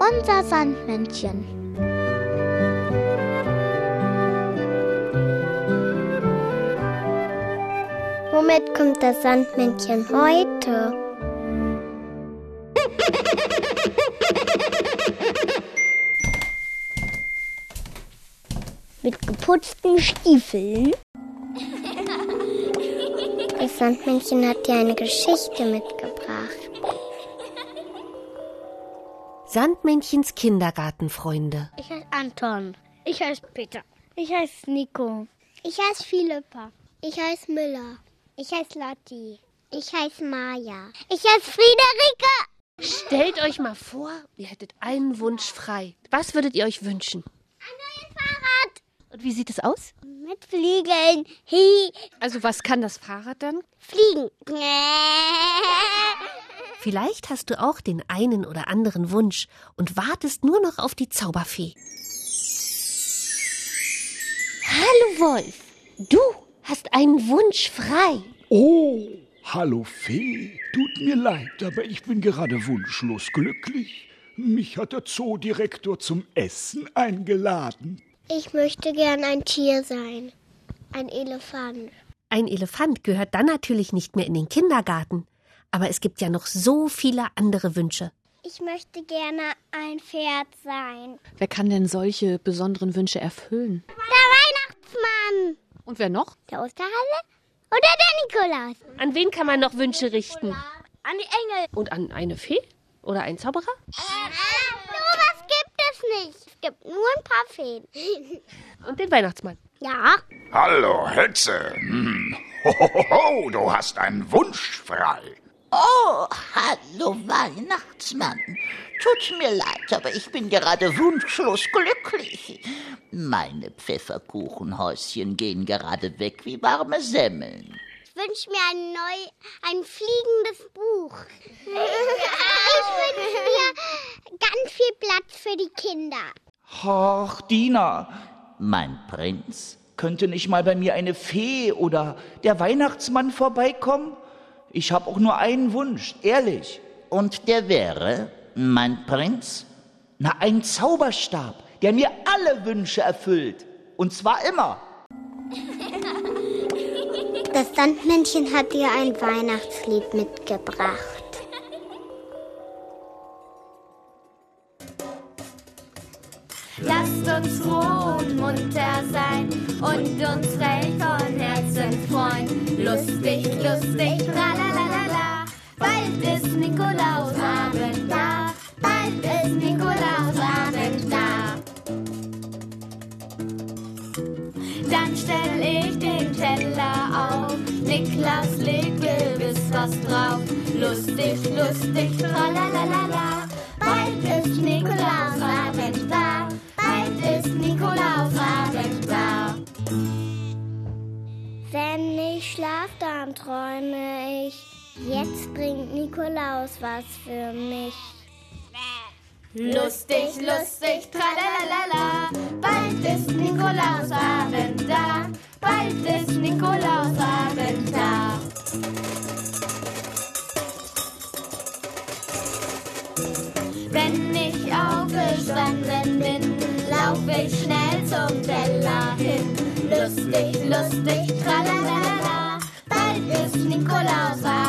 Unser Sandmännchen. Womit kommt das Sandmännchen heute? Mit geputzten Stiefeln. Das Sandmännchen hat dir eine Geschichte mitgebracht. Sandmännchens Kindergartenfreunde. Ich heiße Anton. Ich heiße Peter. Ich heiße Nico. Ich heiße Philippa. Ich heiße Müller. Ich heiße Lotti. Ich heiße Maja. Ich heiße Friederike. Stellt euch mal vor, ihr hättet einen Wunsch frei. Was würdet ihr euch wünschen? Ein neues Fahrrad. Und wie sieht es aus? Mit Fliegeln. Hi. Also was kann das Fahrrad dann? Fliegen. Vielleicht hast du auch den einen oder anderen Wunsch und wartest nur noch auf die Zauberfee. Hallo Wolf, du hast einen Wunsch frei. Oh, hallo Fee. Tut mir leid, aber ich bin gerade wunschlos glücklich. Mich hat der Zoodirektor zum Essen eingeladen. Ich möchte gern ein Tier sein. Ein Elefant. Ein Elefant gehört dann natürlich nicht mehr in den Kindergarten. Aber es gibt ja noch so viele andere Wünsche. Ich möchte gerne ein Pferd sein. Wer kann denn solche besonderen Wünsche erfüllen? Der Weihnachtsmann. Und wer noch? Der Osterhalle oder der Nikolaus. An wen kann man noch Wünsche richten? An die Engel. Und an eine Fee? Oder einen Zauberer? Äh, sowas gibt es nicht. Es gibt nur ein paar Feen. Und den Weihnachtsmann. Ja. Hallo, Hexe. Hm. Ho, ho, ho, du hast einen Wunsch frei. Oh, hallo Weihnachtsmann. Tut mir leid, aber ich bin gerade wunschlos glücklich. Meine Pfefferkuchenhäuschen gehen gerade weg wie warme Semmeln. Ich wünsche mir ein neu, ein fliegendes Buch. Ich wünsche mir ganz viel Platz für die Kinder. Ach, Dina, mein Prinz. Könnte nicht mal bei mir eine Fee oder der Weihnachtsmann vorbeikommen? Ich habe auch nur einen Wunsch, ehrlich. Und der wäre, mein Prinz? Na, ein Zauberstab, der mir alle Wünsche erfüllt. Und zwar immer. Das Sandmännchen hat dir ein Weihnachtslied mitgebracht. Lasst uns froh und munter sein und unsere Kornherzen freuen. Lustig, lustig, tralalala. Bald ist Nikolausabend da. Bald ist Nikolausabend da. Dann stell ich den Teller auf. Niklas legt gewiss was drauf. Lustig, lustig, tralalala. Bald ist Nikolausabend da. Bald ist Nikolausabend da. Wenn ich schlaf, dann träume ich. Jetzt bringt Nikolaus was für mich. Lustig, lustig, tralalala. Bald ist Nikolausabend da. Bald ist Nikolausabend da. Wenn ich aufgestanden bin, lauf ich schnell zum Teller hin. Lustig, lustig, tralalala. Bald ist Nikolausabend